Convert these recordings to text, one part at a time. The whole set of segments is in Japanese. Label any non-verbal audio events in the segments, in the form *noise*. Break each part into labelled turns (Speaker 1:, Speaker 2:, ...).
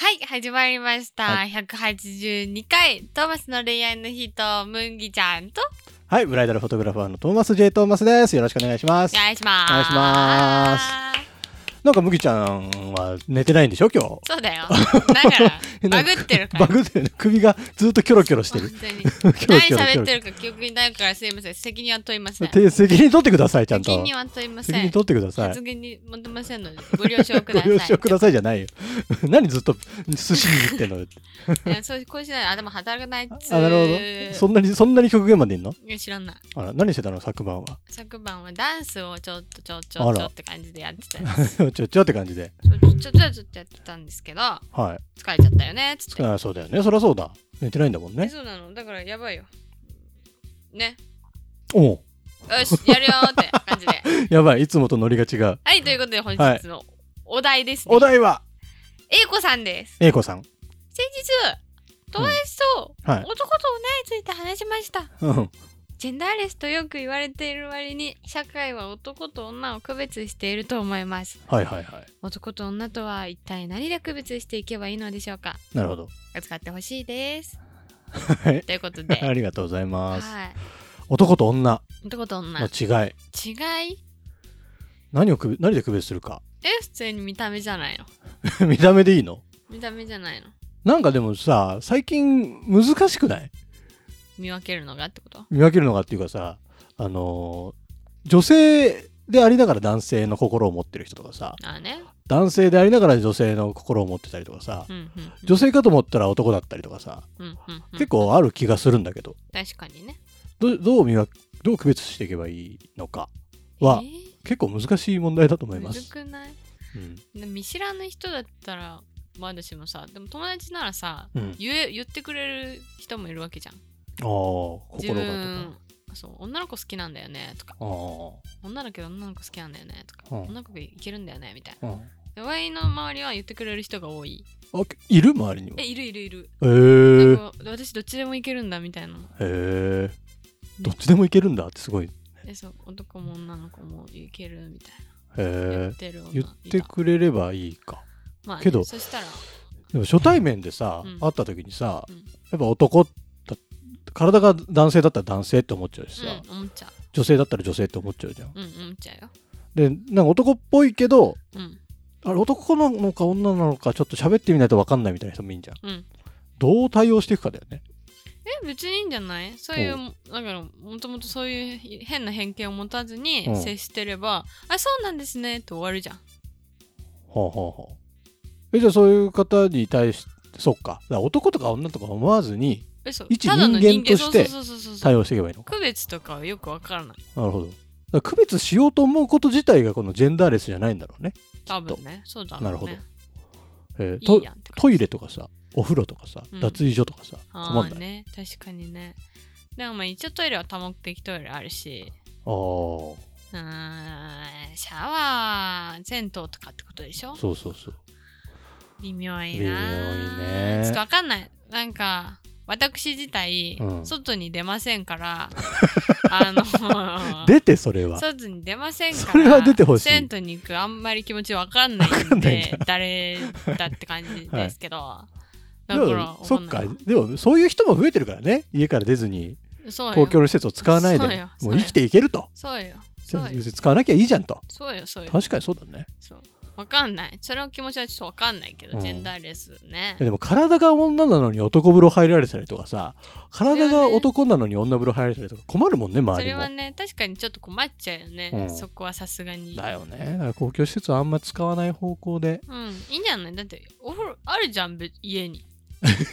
Speaker 1: はい、始まりました。
Speaker 2: は
Speaker 1: 182回、トーマスの恋愛の日と、ムンギちゃんと、
Speaker 2: はい、ブライダルフォトグラファーのトーマス J トーマスです。よろしくお願いしま
Speaker 1: お
Speaker 2: す。
Speaker 1: 願いします。
Speaker 2: お願いしますなんか麦ちゃんは寝てないんでしょ今日。
Speaker 1: そうだよ。だか
Speaker 2: *laughs*
Speaker 1: ら、 *laughs* バグってるから。
Speaker 2: バグってるね。首がずっとキョロキョロしてる。
Speaker 1: 本当に。
Speaker 2: キョロ
Speaker 1: 何
Speaker 2: キョロキョ
Speaker 1: 喋
Speaker 2: ロ
Speaker 1: ってるか記憶にないからすいません。責任は問いません。
Speaker 2: て責任取ってくださいちゃんと。
Speaker 1: 責任は問いませ
Speaker 2: 責任
Speaker 1: ん。
Speaker 2: 取ってください
Speaker 1: 発。言に求めませんので、ご了承く
Speaker 2: ご
Speaker 1: ださい。
Speaker 2: 了承くださいじゃないよ。 *laughs* 何ずっと寿司握って
Speaker 1: *laughs*
Speaker 2: んの。
Speaker 1: いやそうこうしないと頭働かないっつー
Speaker 2: あ、なるほど。そんなにそんなに極限までいんの？
Speaker 1: いや知らない。
Speaker 2: あら、何してたの昨晩は。 *laughs*
Speaker 1: 昨晩はダンスをちょっとちょっとち
Speaker 2: あ
Speaker 1: ょ
Speaker 2: ら
Speaker 1: ちょって感じでやってたんです
Speaker 2: ちょちょちょって感じで。
Speaker 1: ちょちょちょちょってやってたんですけど、
Speaker 2: はい。
Speaker 1: 疲れちゃったよねっつって。
Speaker 2: あそうだよね。そりゃそうだ。寝てないんだもん
Speaker 1: え
Speaker 2: ね。
Speaker 1: そうなのだからやばいよ。ね。
Speaker 2: おう
Speaker 1: よし、やるよーって感じ
Speaker 2: *laughs*
Speaker 1: で。
Speaker 2: やばい。いつもとノリが違う。
Speaker 1: はい、ということで本
Speaker 2: はい
Speaker 1: 日のお題ですね。
Speaker 2: お題は
Speaker 1: A 子さんです。
Speaker 2: 英子さん。
Speaker 1: 先日、友達と
Speaker 2: はい。
Speaker 1: 男と女について話しました。
Speaker 2: うん。
Speaker 1: ジェンダーレスとよく言われている割に、社会は男と女を区別していると思います。
Speaker 2: はいはいはい。
Speaker 1: 男と女とは一体何で区別していけばいいのでしょうか
Speaker 2: なるほど。
Speaker 1: 使ってほしいです。
Speaker 2: はい。
Speaker 1: ということ
Speaker 2: あ
Speaker 1: で、
Speaker 2: りがとうございます。
Speaker 1: はい、
Speaker 2: 男と女
Speaker 1: 男と女、
Speaker 2: の違い。
Speaker 1: 違い
Speaker 2: 何を区別何で区別するか。 *laughs*
Speaker 1: え、普通に見た目じゃないの
Speaker 2: 見た目でいいの
Speaker 1: 見た目じゃないの
Speaker 2: なんかでもさ、最近難しくない
Speaker 1: 見分けるのがってこと
Speaker 2: 見分けるのがっていうかさ、あのー女性でありながら男性の心を持ってる人とかさ、
Speaker 1: ああね。
Speaker 2: 男性でありながら女性の心を持ってたりとかさ、
Speaker 1: うんうんうん。
Speaker 2: 女性かと思ったら男だったりとかさ、
Speaker 1: うんうんうん
Speaker 2: 結構ある気がするんだけど、
Speaker 1: 確かにね。
Speaker 2: どどう見分けどう区別していけばいいのかは
Speaker 1: えー
Speaker 2: 結構難しい問題だと思いま
Speaker 1: む
Speaker 2: す
Speaker 1: ず。くない
Speaker 2: うん
Speaker 1: で見知らぬ人だったら、まだしもさ、でも友達ならさ、
Speaker 2: うん、
Speaker 1: 言え言ってくれる人もいるわけじゃん。
Speaker 2: ああ心
Speaker 1: 自
Speaker 2: がとか
Speaker 1: 分そう女の子好きなんだよねとか
Speaker 2: あー
Speaker 1: 女だけど女の子好きなんだよねとか、
Speaker 2: うん
Speaker 1: 女の子いけるんだよねみたいな
Speaker 2: うん
Speaker 1: でワイの周りは言ってくれる人が多い
Speaker 2: あけいる周りにも
Speaker 1: えいるいるいる、
Speaker 2: へえ
Speaker 1: なんか私どっちでもいけるんだみたいな
Speaker 2: へえどっちでもいけるんだってすごいへ
Speaker 1: えそう男も女の子もいけるみたいな、言
Speaker 2: え
Speaker 1: ってる女
Speaker 2: 言
Speaker 1: い
Speaker 2: って
Speaker 1: た
Speaker 2: くれればいいか
Speaker 1: まあね、
Speaker 2: けど
Speaker 1: そしたら
Speaker 2: でも初対面でさ、
Speaker 1: うん
Speaker 2: 会った時にさ、
Speaker 1: うん
Speaker 2: やっぱ男だ体が男性だったら男性って思っちゃうしさ、
Speaker 1: うん思っちゃ
Speaker 2: 女性だったら女性って思っちゃうじゃん
Speaker 1: ううん思っちゃうよ
Speaker 2: でなんか男っぽいけど
Speaker 1: うん
Speaker 2: あれ男なのか女なのかちょっと喋ってみないと分かんないみたいな人もいいんじゃん
Speaker 1: うん
Speaker 2: どう対応していくかだよね
Speaker 1: え別にいいんじゃないそういう
Speaker 2: お
Speaker 1: だからもともとそういう変な偏見を持たず
Speaker 2: う
Speaker 1: に
Speaker 2: ん
Speaker 1: 接してればあそうなんですねって終わるじゃん
Speaker 2: はあはあはあえじゃあそういう方に対してそっかだから男とか女とか思わずに
Speaker 1: えそう
Speaker 2: 一
Speaker 1: ただの
Speaker 2: 人間として
Speaker 1: そうそうそうそうそう
Speaker 2: 対応していけばいいのか
Speaker 1: 区別とかはよくわからない
Speaker 2: なるほどだから区別しようと思うこと自体がこのジェンダーレスじゃないんだろうね、
Speaker 1: 多分ねそうだろうね
Speaker 2: なるほどえー
Speaker 1: い
Speaker 2: と
Speaker 1: いやんって感じ
Speaker 2: トイレとかさお風呂とかさ、
Speaker 1: うん
Speaker 2: 脱衣所とかさ
Speaker 1: あ
Speaker 2: 困
Speaker 1: あ
Speaker 2: んない
Speaker 1: ね確かにねでもまあ一応トイレは多目的トイレあるし
Speaker 2: あー
Speaker 1: うーんシャワー銭湯とかってことでしょ
Speaker 2: そうそうそう
Speaker 1: 微妙いな
Speaker 2: 微妙いね
Speaker 1: ちょっとわかんないなんか私自体、
Speaker 2: うん
Speaker 1: 外に出ませんから
Speaker 2: *laughs*
Speaker 1: あの
Speaker 2: 出てそれは
Speaker 1: 外に出ませんから
Speaker 2: それは出てほしい
Speaker 1: 銭湯に行くあんまり気持ちわかんない
Speaker 2: か
Speaker 1: ん
Speaker 2: んないん
Speaker 1: で
Speaker 2: だ
Speaker 1: 誰だって感じですけど、
Speaker 2: で
Speaker 1: だから
Speaker 2: もそっ
Speaker 1: わ
Speaker 2: か
Speaker 1: んない
Speaker 2: でもそういう人も増えてるからね家から出ずに
Speaker 1: そう
Speaker 2: 公
Speaker 1: よ
Speaker 2: 共の施設を使わないで
Speaker 1: そうよ
Speaker 2: もう生きていけると
Speaker 1: そうよそうよ
Speaker 2: 使わなきゃいいじゃんと
Speaker 1: そうよそうよ
Speaker 2: 確かにそうだね
Speaker 1: そうわかんないそれの気持ちはちょっとわかんないけど、
Speaker 2: うん
Speaker 1: ジェンダーレスね
Speaker 2: いやでも体が女なのに男風呂入られたりとかさ体
Speaker 1: それ
Speaker 2: が
Speaker 1: はね
Speaker 2: 男なのに女風呂入られたりとか困るもんね
Speaker 1: そ
Speaker 2: 周り
Speaker 1: れ
Speaker 2: も
Speaker 1: は。ね確かにちょっと困っちゃうよね、
Speaker 2: うん
Speaker 1: そこはさすがに
Speaker 2: だよねだから公共施設はあんま使わない方向で。
Speaker 1: うんいいんじゃないだってお風呂あるじゃんべ家
Speaker 2: *laughs*
Speaker 1: に家にある
Speaker 2: え温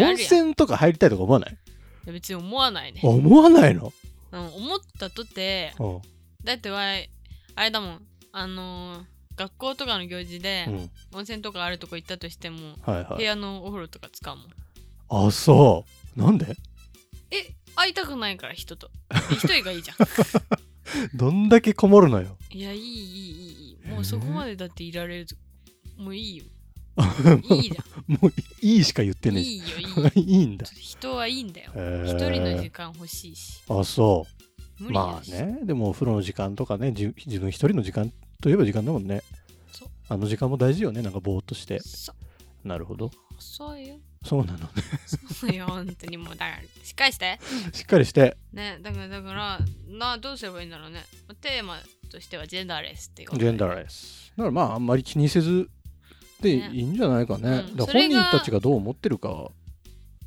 Speaker 1: やんい
Speaker 2: 泉とか入りたいとか思わない
Speaker 1: や別に思わないね、
Speaker 2: 思わないの、
Speaker 1: うん、思ったとて
Speaker 2: うん
Speaker 1: だってわいあれだもんあのー学校とかの行事で、
Speaker 2: うん。
Speaker 1: 温泉とかあるとこ行ったとしても
Speaker 2: はいは
Speaker 1: 部
Speaker 2: い。
Speaker 1: 屋のお風呂とか使うもん
Speaker 2: あ、そう。なんで
Speaker 1: え会いたくないから人
Speaker 2: *laughs*
Speaker 1: と一人がいいじゃん
Speaker 2: どんだけ困るのよ。
Speaker 1: いやいいいいいいいい
Speaker 2: えー
Speaker 1: もうそこまでだっていられるぞもうい
Speaker 2: *laughs*
Speaker 1: いよいいじゃ
Speaker 2: もういいしか言って
Speaker 1: ん
Speaker 2: ね
Speaker 1: い
Speaker 2: えし。
Speaker 1: いよいいよ
Speaker 2: *laughs* いいんだ。
Speaker 1: 人はいいんだよ
Speaker 2: 一
Speaker 1: 一人の時間欲しいし
Speaker 2: あ、そ
Speaker 1: 無
Speaker 2: う。
Speaker 1: 理
Speaker 2: ま
Speaker 1: だ
Speaker 2: あ
Speaker 1: し、
Speaker 2: ね、でもお風呂の時間とかね、じ自分一人の時間といえば時間だもんね
Speaker 1: そう。
Speaker 2: あの時間も大事よね、なんかぼーっとして。
Speaker 1: そ
Speaker 2: なるほど。
Speaker 1: そうよ *laughs*
Speaker 2: そうなのね。 *laughs*
Speaker 1: そうよ本当にもうだからしっかりして
Speaker 2: しっかりして、
Speaker 1: ねだからだからなどうすればいいんだろうねテーマとしてはジェンダーレスっていうこと
Speaker 2: ジェンダーレス。だからまあ、あんまり気にせずでい
Speaker 1: ね
Speaker 2: いんじゃないかね。
Speaker 1: うん
Speaker 2: だ
Speaker 1: そ
Speaker 2: から
Speaker 1: れ
Speaker 2: 本
Speaker 1: が
Speaker 2: 人たちがどう思ってるか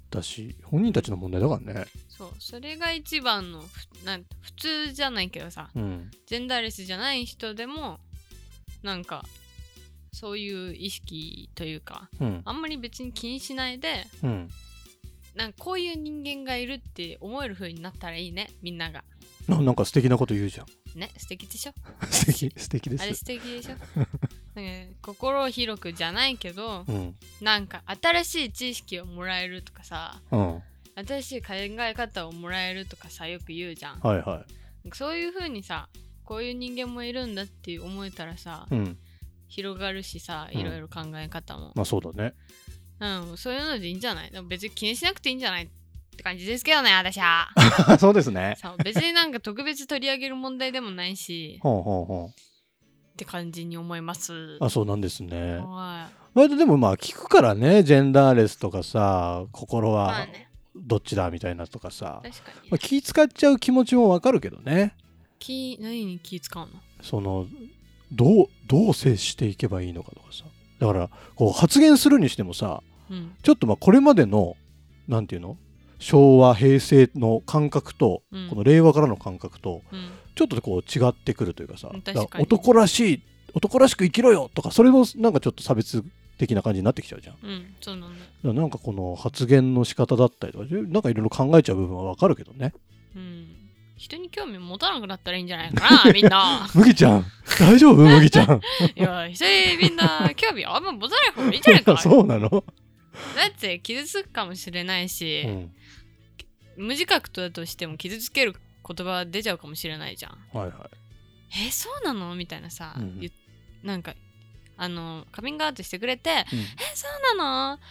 Speaker 2: だし、本人たちの問題だからね。
Speaker 1: そうそれが一番のふなん普通じゃないけどさ
Speaker 2: うん。
Speaker 1: ジェンダーレスじゃない人でもなんかそういう意識というか
Speaker 2: うん。
Speaker 1: あんまり別に気にしないで
Speaker 2: うん。
Speaker 1: なんかこういう人間がいるって思える風になったらいいねみんなが
Speaker 2: ななんか素敵なこと言うじゃん。 *laughs*
Speaker 1: ね素敵でしょ
Speaker 2: 素
Speaker 1: *laughs*
Speaker 2: 敵、素敵で
Speaker 1: あれ
Speaker 2: す。
Speaker 1: 素敵でしょなんか心を広くじゃないけど
Speaker 2: うん。
Speaker 1: なんか新しい知識をもらえるとかさ
Speaker 2: うん。
Speaker 1: 新しい考え方をもらえるとかさよく言うじゃん
Speaker 2: はいは
Speaker 1: そういう風にさこういう人間もいるんだって思えたらさ
Speaker 2: い。うん。
Speaker 1: 広がるしさ
Speaker 2: うん
Speaker 1: いろいろ考え方も、
Speaker 2: まあそうだ *laughs* ね。
Speaker 1: うんそういうのでいいんじゃないでも別に気にしなくていいんじゃないって感じですけどね私
Speaker 2: *laughs*
Speaker 1: は
Speaker 2: そうですね。
Speaker 1: そう別になんか特別取り上げる問題でもないし
Speaker 2: ほうほうほ
Speaker 1: って感じに思います
Speaker 2: う。あ、そうなんですね。
Speaker 1: は
Speaker 2: 割とでもまあ聞くからね、ジェンダーレスとかさ、心
Speaker 1: いまあ
Speaker 2: は
Speaker 1: ね
Speaker 2: どっちだみたいなとかさ、
Speaker 1: 確かに、
Speaker 2: まあ、気使っちゃう気持ちもわかるけどね。
Speaker 1: 気何に気使うの
Speaker 2: その、どう、どう接していけばいいのかとかさ。だから、こう発言するにしてもさ、
Speaker 1: うん
Speaker 2: ちょっとまあこれまでの、なんていうの昭和、平成の感覚と、
Speaker 1: うん
Speaker 2: この令和からの感覚と、
Speaker 1: うん
Speaker 2: ちょっとこう違ってくるというかさ
Speaker 1: うん
Speaker 2: だから
Speaker 1: 確かに
Speaker 2: 男らしい男らしく生きろよとかそれもなんかちょっと差別的な感じになってきちゃうじゃんだか
Speaker 1: うんそうなんだ
Speaker 2: らなんかこの発言の仕方だったりとかなんかいろいろ考えちゃう部分はわかるけどね
Speaker 1: うん人に興味持たなくなったらいいんじゃないか
Speaker 2: *laughs*
Speaker 1: なみんな
Speaker 2: 麦ちゃん *laughs* 大丈夫
Speaker 1: *laughs*
Speaker 2: 麦ちゃん
Speaker 1: いや人にみんな興味あんま持たない方がいいんじゃないかなだ
Speaker 2: *laughs* そうなの、
Speaker 1: って傷つくかもしれないし、
Speaker 2: うん、
Speaker 1: 無自覚だとしても傷つける言葉出ちゃうかもしれないじゃん。
Speaker 2: はいはい
Speaker 1: えそうなのみたいなさ、
Speaker 2: うん
Speaker 1: ゆなんかあのカミングアウトしてくれて「
Speaker 2: うん
Speaker 1: えそうなの?」って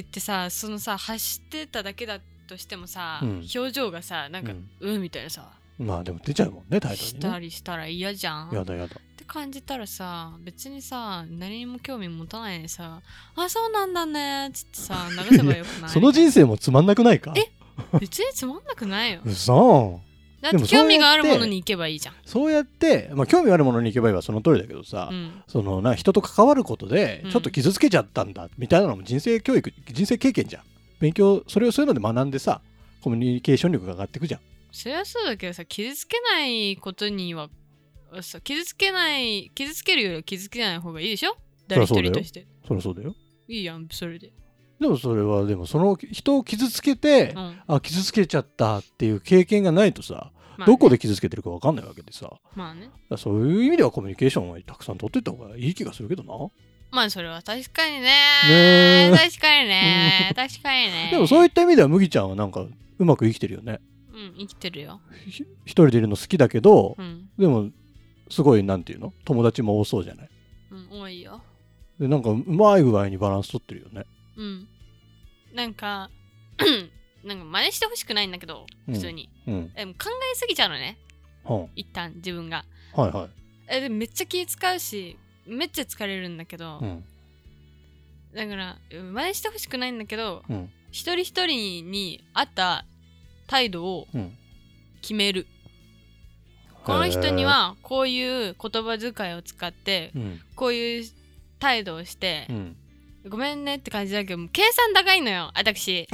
Speaker 1: 言ってさそのさ走ってただけだとしてもさ、
Speaker 2: うん
Speaker 1: 表情がさなんか
Speaker 2: うん
Speaker 1: 「うん」みたいなさ
Speaker 2: まあでも出ちゃうもんね態度
Speaker 1: し
Speaker 2: に
Speaker 1: た
Speaker 2: ね
Speaker 1: りしたら嫌じゃん
Speaker 2: や
Speaker 1: っ
Speaker 2: だやだ
Speaker 1: て感じたらさ別にさ何にも興味持たないでさ「あそうなんだね」っつってさ流せばよくない
Speaker 2: その人生もつまんなくないか
Speaker 1: え別につまんなくないよ
Speaker 2: うそ
Speaker 1: だっ
Speaker 2: で
Speaker 1: て
Speaker 2: もそうや
Speaker 1: 興
Speaker 2: って
Speaker 1: 味があるものに行けばいいじゃん、
Speaker 2: そうやって、まあ、興味あるものに行けばいいはその通りだけどさ、
Speaker 1: うん、
Speaker 2: そのな人と関わることで
Speaker 1: うん
Speaker 2: ちょっと傷つけちゃったんだみたいなのも人生教育人生経験じゃん勉強それをそういうので学んでさコミュニケーション力が上がってくじゃん
Speaker 1: そりゃそうだけどさ傷つけないことにはさ傷つけない傷つけるよりは傷つけない方がいいでしょ誰一
Speaker 2: そり
Speaker 1: 人
Speaker 2: ゃそうだ
Speaker 1: と
Speaker 2: よ
Speaker 1: して
Speaker 2: そりゃそうだよ
Speaker 1: いいやんそれで、
Speaker 2: でもそれはでもその人を傷つけて
Speaker 1: うん、ま
Speaker 2: あ傷つけちゃったっていう経験がないとさ
Speaker 1: あね
Speaker 2: どこで傷つけてるか分かんないわけでさだか
Speaker 1: まあね
Speaker 2: らそういう意味ではコミュニケーションをたくさん取っていった方がいい気がするけどな
Speaker 1: まあそれは確かにね
Speaker 2: ねえ
Speaker 1: 確かにね確かにね
Speaker 2: でもそうい
Speaker 1: いう
Speaker 2: った意味では麦ちゃんはなんかうまく生きてるよね
Speaker 1: うん生きてるよ
Speaker 2: ひ一人でいるの好きだけど
Speaker 1: うん、
Speaker 2: でもすごいなんていうの友達も多そうじゃない
Speaker 1: うん、多いよ
Speaker 2: でなんかうまい具合にバランス取ってるよね。
Speaker 1: うんなんか *clears throat* なんか真似してほしくないんだけど
Speaker 2: うん
Speaker 1: 普通に、
Speaker 2: うん。
Speaker 1: でも考えすぎちゃうのね
Speaker 2: は
Speaker 1: 一旦自分が
Speaker 2: あ、はいはい。
Speaker 1: えでもめっちゃ気使うしめっちゃ疲れるんだけど、
Speaker 2: うん。
Speaker 1: だからうん真似してほしくないんだけど
Speaker 2: うん。
Speaker 1: 一人一人に合った態度を
Speaker 2: うん。
Speaker 1: 決めるこの人にはこういう言葉遣いを使って
Speaker 2: へー。うん。
Speaker 1: こういう態度をして
Speaker 2: う、ん。
Speaker 1: ごめんねって感じだけどもう計算高いのよ
Speaker 2: *laughs*
Speaker 1: 私え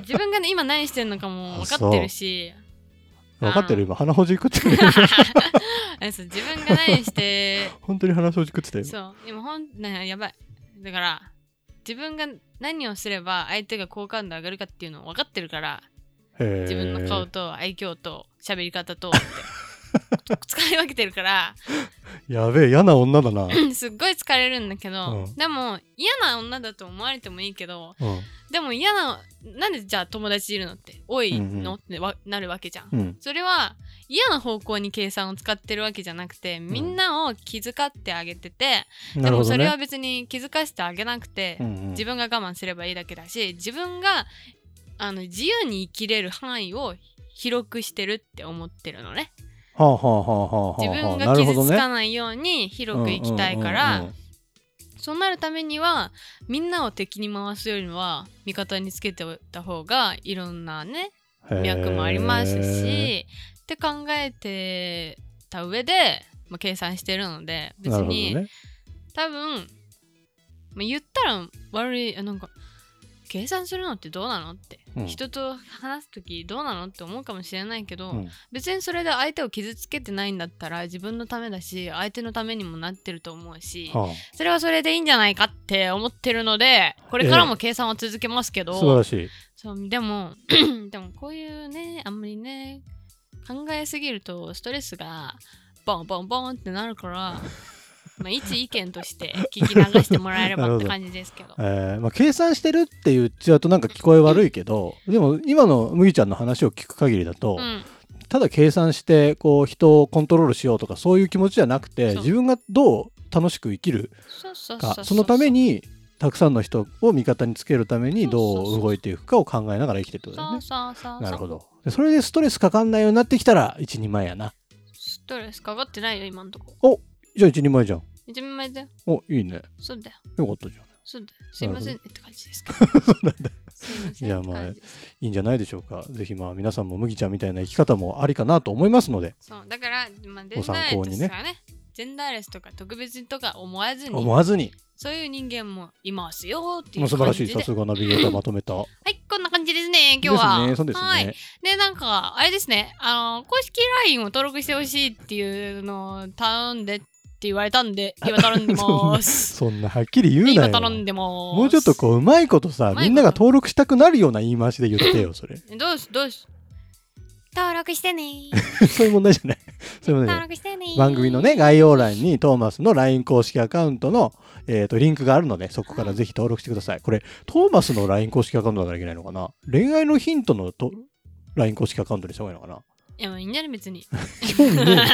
Speaker 1: 自分がね今何してるのかも分かってるし
Speaker 2: 分かってる今鼻ほじくってる。
Speaker 1: え *laughs* そう自分が何して
Speaker 2: *laughs* 本当に鼻ほじくってたよ。
Speaker 1: そうでもほんなやばいだから自分が何をすれば相手が好感度上がるかっていうのを分かってるから
Speaker 2: へー
Speaker 1: 自分の顔と愛嬌と喋り方とって
Speaker 2: *laughs*
Speaker 1: 使い分けてるから
Speaker 2: やべえ嫌な女だな、うん、
Speaker 1: すっごい疲れるんだけど、
Speaker 2: うん
Speaker 1: でも嫌な女だと思われてもいいけど
Speaker 2: う
Speaker 1: でも嫌ななんでじゃあ友達いるのって多い
Speaker 2: うんう
Speaker 1: の
Speaker 2: ん
Speaker 1: ってわなるわけじゃん。
Speaker 2: ん
Speaker 1: それは嫌な方向に計算を使ってるわけじゃなくてみんなを気遣ってあげてて、で
Speaker 2: なる
Speaker 1: も
Speaker 2: ほど
Speaker 1: それは
Speaker 2: ね
Speaker 1: 別に気づかせてあげなくて、
Speaker 2: うんうん
Speaker 1: 自分が我慢すればいいだけだし自分があの自由に生きれる範囲を広くしてるって思ってるのね
Speaker 2: はあはあはあはあはあ
Speaker 1: 自分
Speaker 2: な
Speaker 1: が
Speaker 2: る
Speaker 1: 傷
Speaker 2: ほど
Speaker 1: つ
Speaker 2: ね
Speaker 1: かないように広く生きたいから、
Speaker 2: うんうんうんうん
Speaker 1: そうなるためにはみんなを敵に回すよりは味方につけておいた方がいろんなね脈もあります
Speaker 2: へ
Speaker 1: しって考えてた上で、まあ、計算してるので
Speaker 2: え
Speaker 1: 別
Speaker 2: なるほど
Speaker 1: に、
Speaker 2: ね
Speaker 1: 多分、まあ、言ったら悪いあなんか計算するのってどうなのって、
Speaker 2: うん
Speaker 1: 人と話す時どうなのって思うかもしれないけど、
Speaker 2: うん
Speaker 1: 別にそれで相手を傷つけてないんだったら自分のためだし相手のためにもなってると思うし、
Speaker 2: は
Speaker 1: それはそれでいいんじゃないかって思ってるのでこれからも計算は続けますけ
Speaker 2: あ
Speaker 1: ど、
Speaker 2: 素晴らしい
Speaker 1: そうでも *coughs* でもこういうねあんまりね考えすぎるとストレスがボンボンボンってなるから
Speaker 2: *laughs*
Speaker 1: まあ一意見として聞き流してもらえれ
Speaker 2: な
Speaker 1: ばっ
Speaker 2: るほ
Speaker 1: て
Speaker 2: ど
Speaker 1: 感じですけど
Speaker 2: えーまあ、計算してるって言っちゃうとなんか聞こえ悪いけどでも今の麦ちゃんの話を聞く限りだと、
Speaker 1: うん
Speaker 2: ただ計算してこう人をコントロールしようとかそういう気持ちじゃなくて
Speaker 1: そう
Speaker 2: 自分がどう楽しく生きる
Speaker 1: そうそうそう
Speaker 2: か
Speaker 1: そう
Speaker 2: そのためにたくさんの人を味方につけるために
Speaker 1: そうそう
Speaker 2: ど
Speaker 1: そう
Speaker 2: う動いていくかを考えながら生きてるってことだよ
Speaker 1: そう
Speaker 2: ね。
Speaker 1: そうそう
Speaker 2: なる
Speaker 1: そう
Speaker 2: ほどでそれでストレスかかんないようになってきたら一人前やな
Speaker 1: ストレスかかってないよ今んとこ
Speaker 2: じゃあ一人前じゃん
Speaker 1: 一人前だよ
Speaker 2: おいいね
Speaker 1: そうだよ
Speaker 2: よかったじゃん
Speaker 1: そうだよすいませんねって感じですけ
Speaker 2: *laughs*
Speaker 1: どすいません
Speaker 2: いや
Speaker 1: って
Speaker 2: まあ
Speaker 1: 感じです
Speaker 2: いいんじゃないでしょうかぜひまあ皆さんも麦ちゃんみたいな生き方もありかなと思いますので
Speaker 1: そうだから、まあ、ジェ
Speaker 2: ご
Speaker 1: ンダ
Speaker 2: 参
Speaker 1: ーレ
Speaker 2: 考
Speaker 1: ス
Speaker 2: に
Speaker 1: と
Speaker 2: ね
Speaker 1: かねジェンダーレスとか特別とか思わずに
Speaker 2: 思わずに
Speaker 1: そういう人間もいますよってい
Speaker 2: もう
Speaker 1: う
Speaker 2: 素晴
Speaker 1: 感
Speaker 2: ら
Speaker 1: じ
Speaker 2: しい
Speaker 1: で。
Speaker 2: さすがナビゲーターまとめた
Speaker 1: はい、こんな感じですね、今日は。
Speaker 2: ですねそうですね、
Speaker 1: はい。で、なんか、あれですね、あの、公式 LINE を登録してほしいっていうのを頼んでって言われたん
Speaker 2: *laughs*
Speaker 1: で、今頼んでます。
Speaker 2: そんなはっきり言うな
Speaker 1: 今
Speaker 2: よ
Speaker 1: 頼んでます。
Speaker 2: もうちょっとこううまいこと
Speaker 1: う
Speaker 2: さ
Speaker 1: まいこと
Speaker 2: みんなが登録したくなるような言い回しで言って
Speaker 1: *laughs*
Speaker 2: よそれ
Speaker 1: う。どうし、どうし。登録してね。
Speaker 2: そういう問題じゃないそういう問題
Speaker 1: 登
Speaker 2: じゃない
Speaker 1: 録してね。
Speaker 2: 番組のね概要欄にトーマスの LINE 公式アカウントの、えー、とリンクがあるのでそこからぜひ登録してくださいこれトーマスの LINE 公式アカウントだからいけないのかな恋愛のヒントのと LINE 公式アカウントにした方がいいのかない
Speaker 1: や、もういいんじゃない別に。
Speaker 2: 興味ね
Speaker 1: *laughs*
Speaker 2: えよ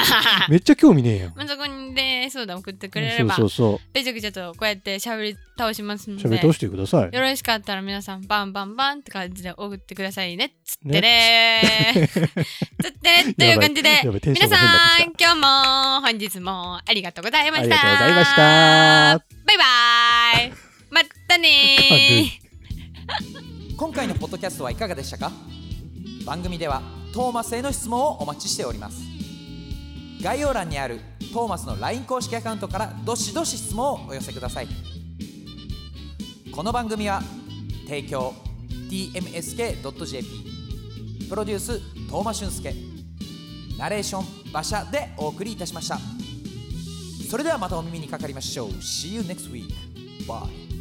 Speaker 2: めっちゃ興味ねえよ
Speaker 1: まあ、そこにで、そうだ、送ってくれれば
Speaker 2: そ、うそうそ
Speaker 1: べちゃくちゃとこうやってしゃべり倒しますの
Speaker 2: う
Speaker 1: で。
Speaker 2: 喋り通してください
Speaker 1: よろしかったら皆さんバンバンバンって感じで送ってくださいねっつって
Speaker 2: *laughs*
Speaker 1: ね
Speaker 2: ね
Speaker 1: つってねという感じで
Speaker 2: やばいやばいテンシ
Speaker 1: 皆
Speaker 2: ョンが変になっ
Speaker 1: さ
Speaker 2: て
Speaker 1: ん今日も本日もありがとうございました
Speaker 2: ありがとうございました
Speaker 1: バイバイまたね
Speaker 2: *laughs* きた軽い
Speaker 1: ー
Speaker 3: 今回のポッドキャストはいかがでしたか番組ではトーマスへの質問をお待ちしております概要欄にあるトーマスの LINE 公式アカウントからどしどし質問をお寄せくださいこの番組は提供 tmsk.jp プロデューストーマ俊介ナレーション馬車でお送りいたしましたそれではまたお耳にかかりましょう See you next week Bye